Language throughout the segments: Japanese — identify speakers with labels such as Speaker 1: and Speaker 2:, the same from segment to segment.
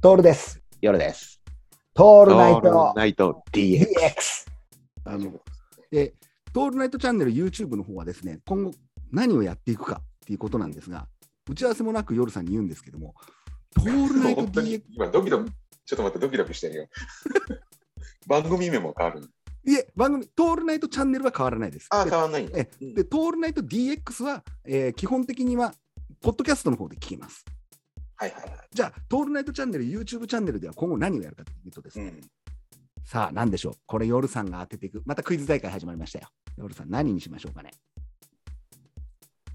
Speaker 1: トールです。
Speaker 2: 夜です。
Speaker 1: ト
Speaker 2: オ
Speaker 1: ールナイト
Speaker 2: ナイト DX。
Speaker 1: DX。あの、で、トールナイトチャンネル YouTube の方はですね、今後何をやっていくかっていうことなんですが、打ち合わせもなく夜さんに言うんですけども、トールナイト
Speaker 3: 本当
Speaker 1: DX
Speaker 3: に、今ドキドキ、ちょっと待って、ドキドキしてる よ。番組名も変わるの。
Speaker 1: いえ、番組、トールナイトチャンネルは変わらないです。
Speaker 3: ああ、
Speaker 1: で
Speaker 3: 変わんないんだ。
Speaker 1: え
Speaker 3: うん
Speaker 1: で、トールナイト DX は、えー基本的には、ポッドキャストの方で聞きます。
Speaker 3: はいはいはい。
Speaker 1: じゃあ、トールナイトチャンネル、YouTube チャンネルでは今後何をやるかというとです
Speaker 3: う
Speaker 1: ね、
Speaker 3: ん、
Speaker 1: さあ、何でしょう。これ、夜さんが当てていく。またクイズ大会始まりましたよ。夜さん、何にしましょうかね。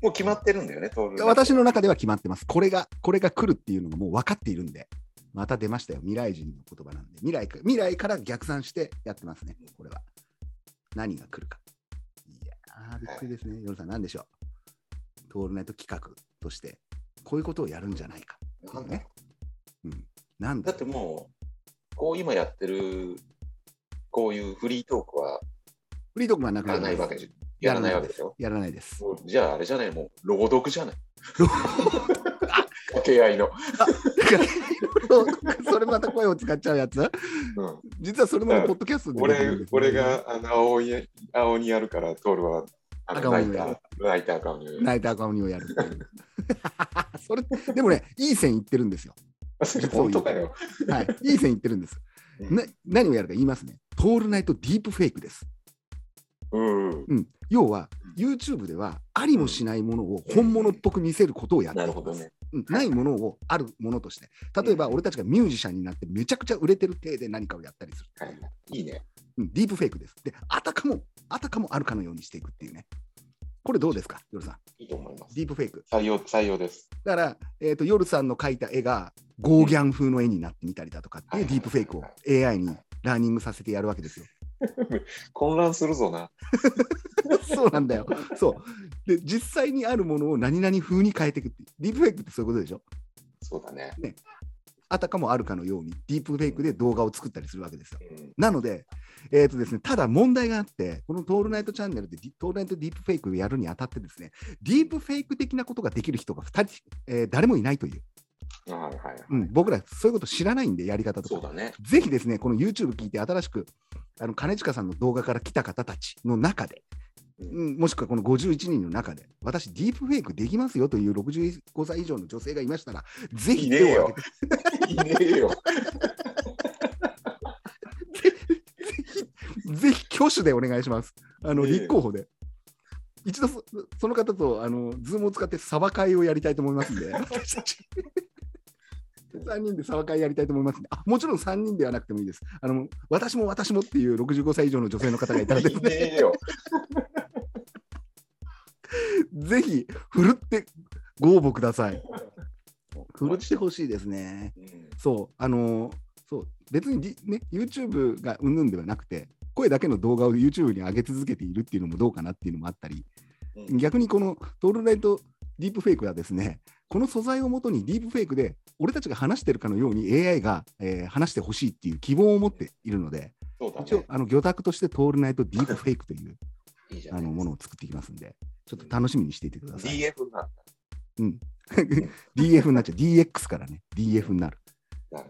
Speaker 3: もう決まってるんだよね、トール。
Speaker 1: 私の中では決まってます。これが、これが来るっていうのがもう分かっているんで。また出ましたよ。未来人の言葉なんで。未来か未来から逆算してやってますね。これは。何が来るか。いやー、びっくりですね。夜さん、何でしょう。トールナイト企画として、こういうことをやるんじゃないか。
Speaker 3: なんだよ
Speaker 1: うん。なんだ
Speaker 3: だってもう、こう今やってる、こういうフリートークは
Speaker 1: フリートークはなく
Speaker 3: や
Speaker 1: な
Speaker 3: ら
Speaker 1: りま
Speaker 3: な
Speaker 1: す
Speaker 3: いわけじゃ、やらないわけでしょ。
Speaker 1: やらないです。
Speaker 3: もうじゃああれじゃない、もう朗読じゃない。 掛け合いの。
Speaker 1: それまた声を使っちゃうやつ
Speaker 3: うん、
Speaker 1: 実はそれもねポッドキャストで出てくるん
Speaker 3: 俺
Speaker 1: ですよね
Speaker 3: 俺があの青い青にやるから、トールはあの
Speaker 1: 赤
Speaker 3: ライ
Speaker 1: 鬼
Speaker 3: タ
Speaker 1: や
Speaker 3: ー、ライター顔 に。
Speaker 1: 泣いた赤鬼をやるっていう。 それでもね、いい線いってるんですよ。
Speaker 3: 本当かよ。
Speaker 1: はい、いい線いってるんです。
Speaker 3: うん
Speaker 1: な何をやるか言いますね。トールナイトディープフェイクです。
Speaker 3: うんうん。
Speaker 1: うん、要は、YouTube ではありもしないものを本物っぽく見せることをやってい
Speaker 3: な
Speaker 1: き
Speaker 3: る
Speaker 1: ます
Speaker 3: ほどね。
Speaker 1: うんないものをあるものとして。例えば、俺たちがミュージシャンになってめちゃくちゃ売れてる体で何かをやったりする。
Speaker 3: はい、いいね。
Speaker 1: うん、ディープフェイクです。で、あたかも、あたかもあるかのようにしていくっていうね。これどうですか、夜さん。
Speaker 3: いいと思います
Speaker 1: デ。ィープフェイク。
Speaker 3: 採用、採用です。
Speaker 1: だから、えー、と夜さんの描いた絵がゴーギャン風の絵になってみたりだとかって、
Speaker 3: はい
Speaker 1: ディープフェイクを AI にラーニングさせてやるわけですよ。
Speaker 3: 混乱するぞな。
Speaker 1: そうなんだよ。そうで実際にあるものを何々風に変えていくっていうディープフェイクってそういうことでしょ
Speaker 3: そうだね。
Speaker 1: あたかもあるかのようにディープフェイクで動画を作ったりするわけですよ。
Speaker 3: うん。
Speaker 1: なので,、えーとですね、ただ問題があって、このトールナイトチャンネルでディトールナイトディープフェイクをやるにあたってですね、ディープフェイク的なことができる人が2人、えー誰もいないという、
Speaker 3: はいはいはい。
Speaker 1: うん、僕らそういうこと知らないんで、やり方とか
Speaker 3: そう。だね。
Speaker 1: ぜひですね、この YouTube 聞いて新しく、あの金近さんの動画から来た方たちの中で、うんもしくはこの51人の中で、私、ディープフェイクできますよという65歳以上の女性がいましたら、ぜひ
Speaker 3: いね
Speaker 1: 手
Speaker 3: え
Speaker 1: を
Speaker 3: よ
Speaker 1: 挙げて、
Speaker 3: いねえよ。
Speaker 1: ぜひ挙手でお願いします。あの
Speaker 3: いねえよ
Speaker 1: 立候補で。一度そその方とあのズームを使ってサバ会をやりたいと思いますんで、 私たち3人でサバ会やりたいと思いますんで、あもちろん3人ではなくてもいいです。あの私も私もっていう65歳以上の女性の方がいたらです
Speaker 3: い
Speaker 1: ね
Speaker 3: ねえよ。
Speaker 1: ぜひ、ふるってご応募ください。 ふるってほしいですね。
Speaker 3: うん
Speaker 1: そう、あのーそう、別にリ、ね、YouTube がうんぬんではなくて、声だけの動画を YouTube に上げ続けているっていうのもどうかなっていうのもあったり、
Speaker 3: うん
Speaker 1: 逆にこのトールナイトディープフェイクはですね、この素材をもとにディープフェイクで、俺たちが話してるかのように AI が、えー話してほしいっていう希望を持っているので、
Speaker 3: そうだ
Speaker 1: 一応
Speaker 3: ね。
Speaker 1: あの魚拓としてトールナイトディープフェイクという
Speaker 3: いいじゃ
Speaker 1: あ
Speaker 3: ない
Speaker 1: のものを作っていきますんで、ちょっと楽しみにしていてください。
Speaker 3: DF なんだ。
Speaker 1: DF になっちゃう。DX からね、DF になる。
Speaker 3: なる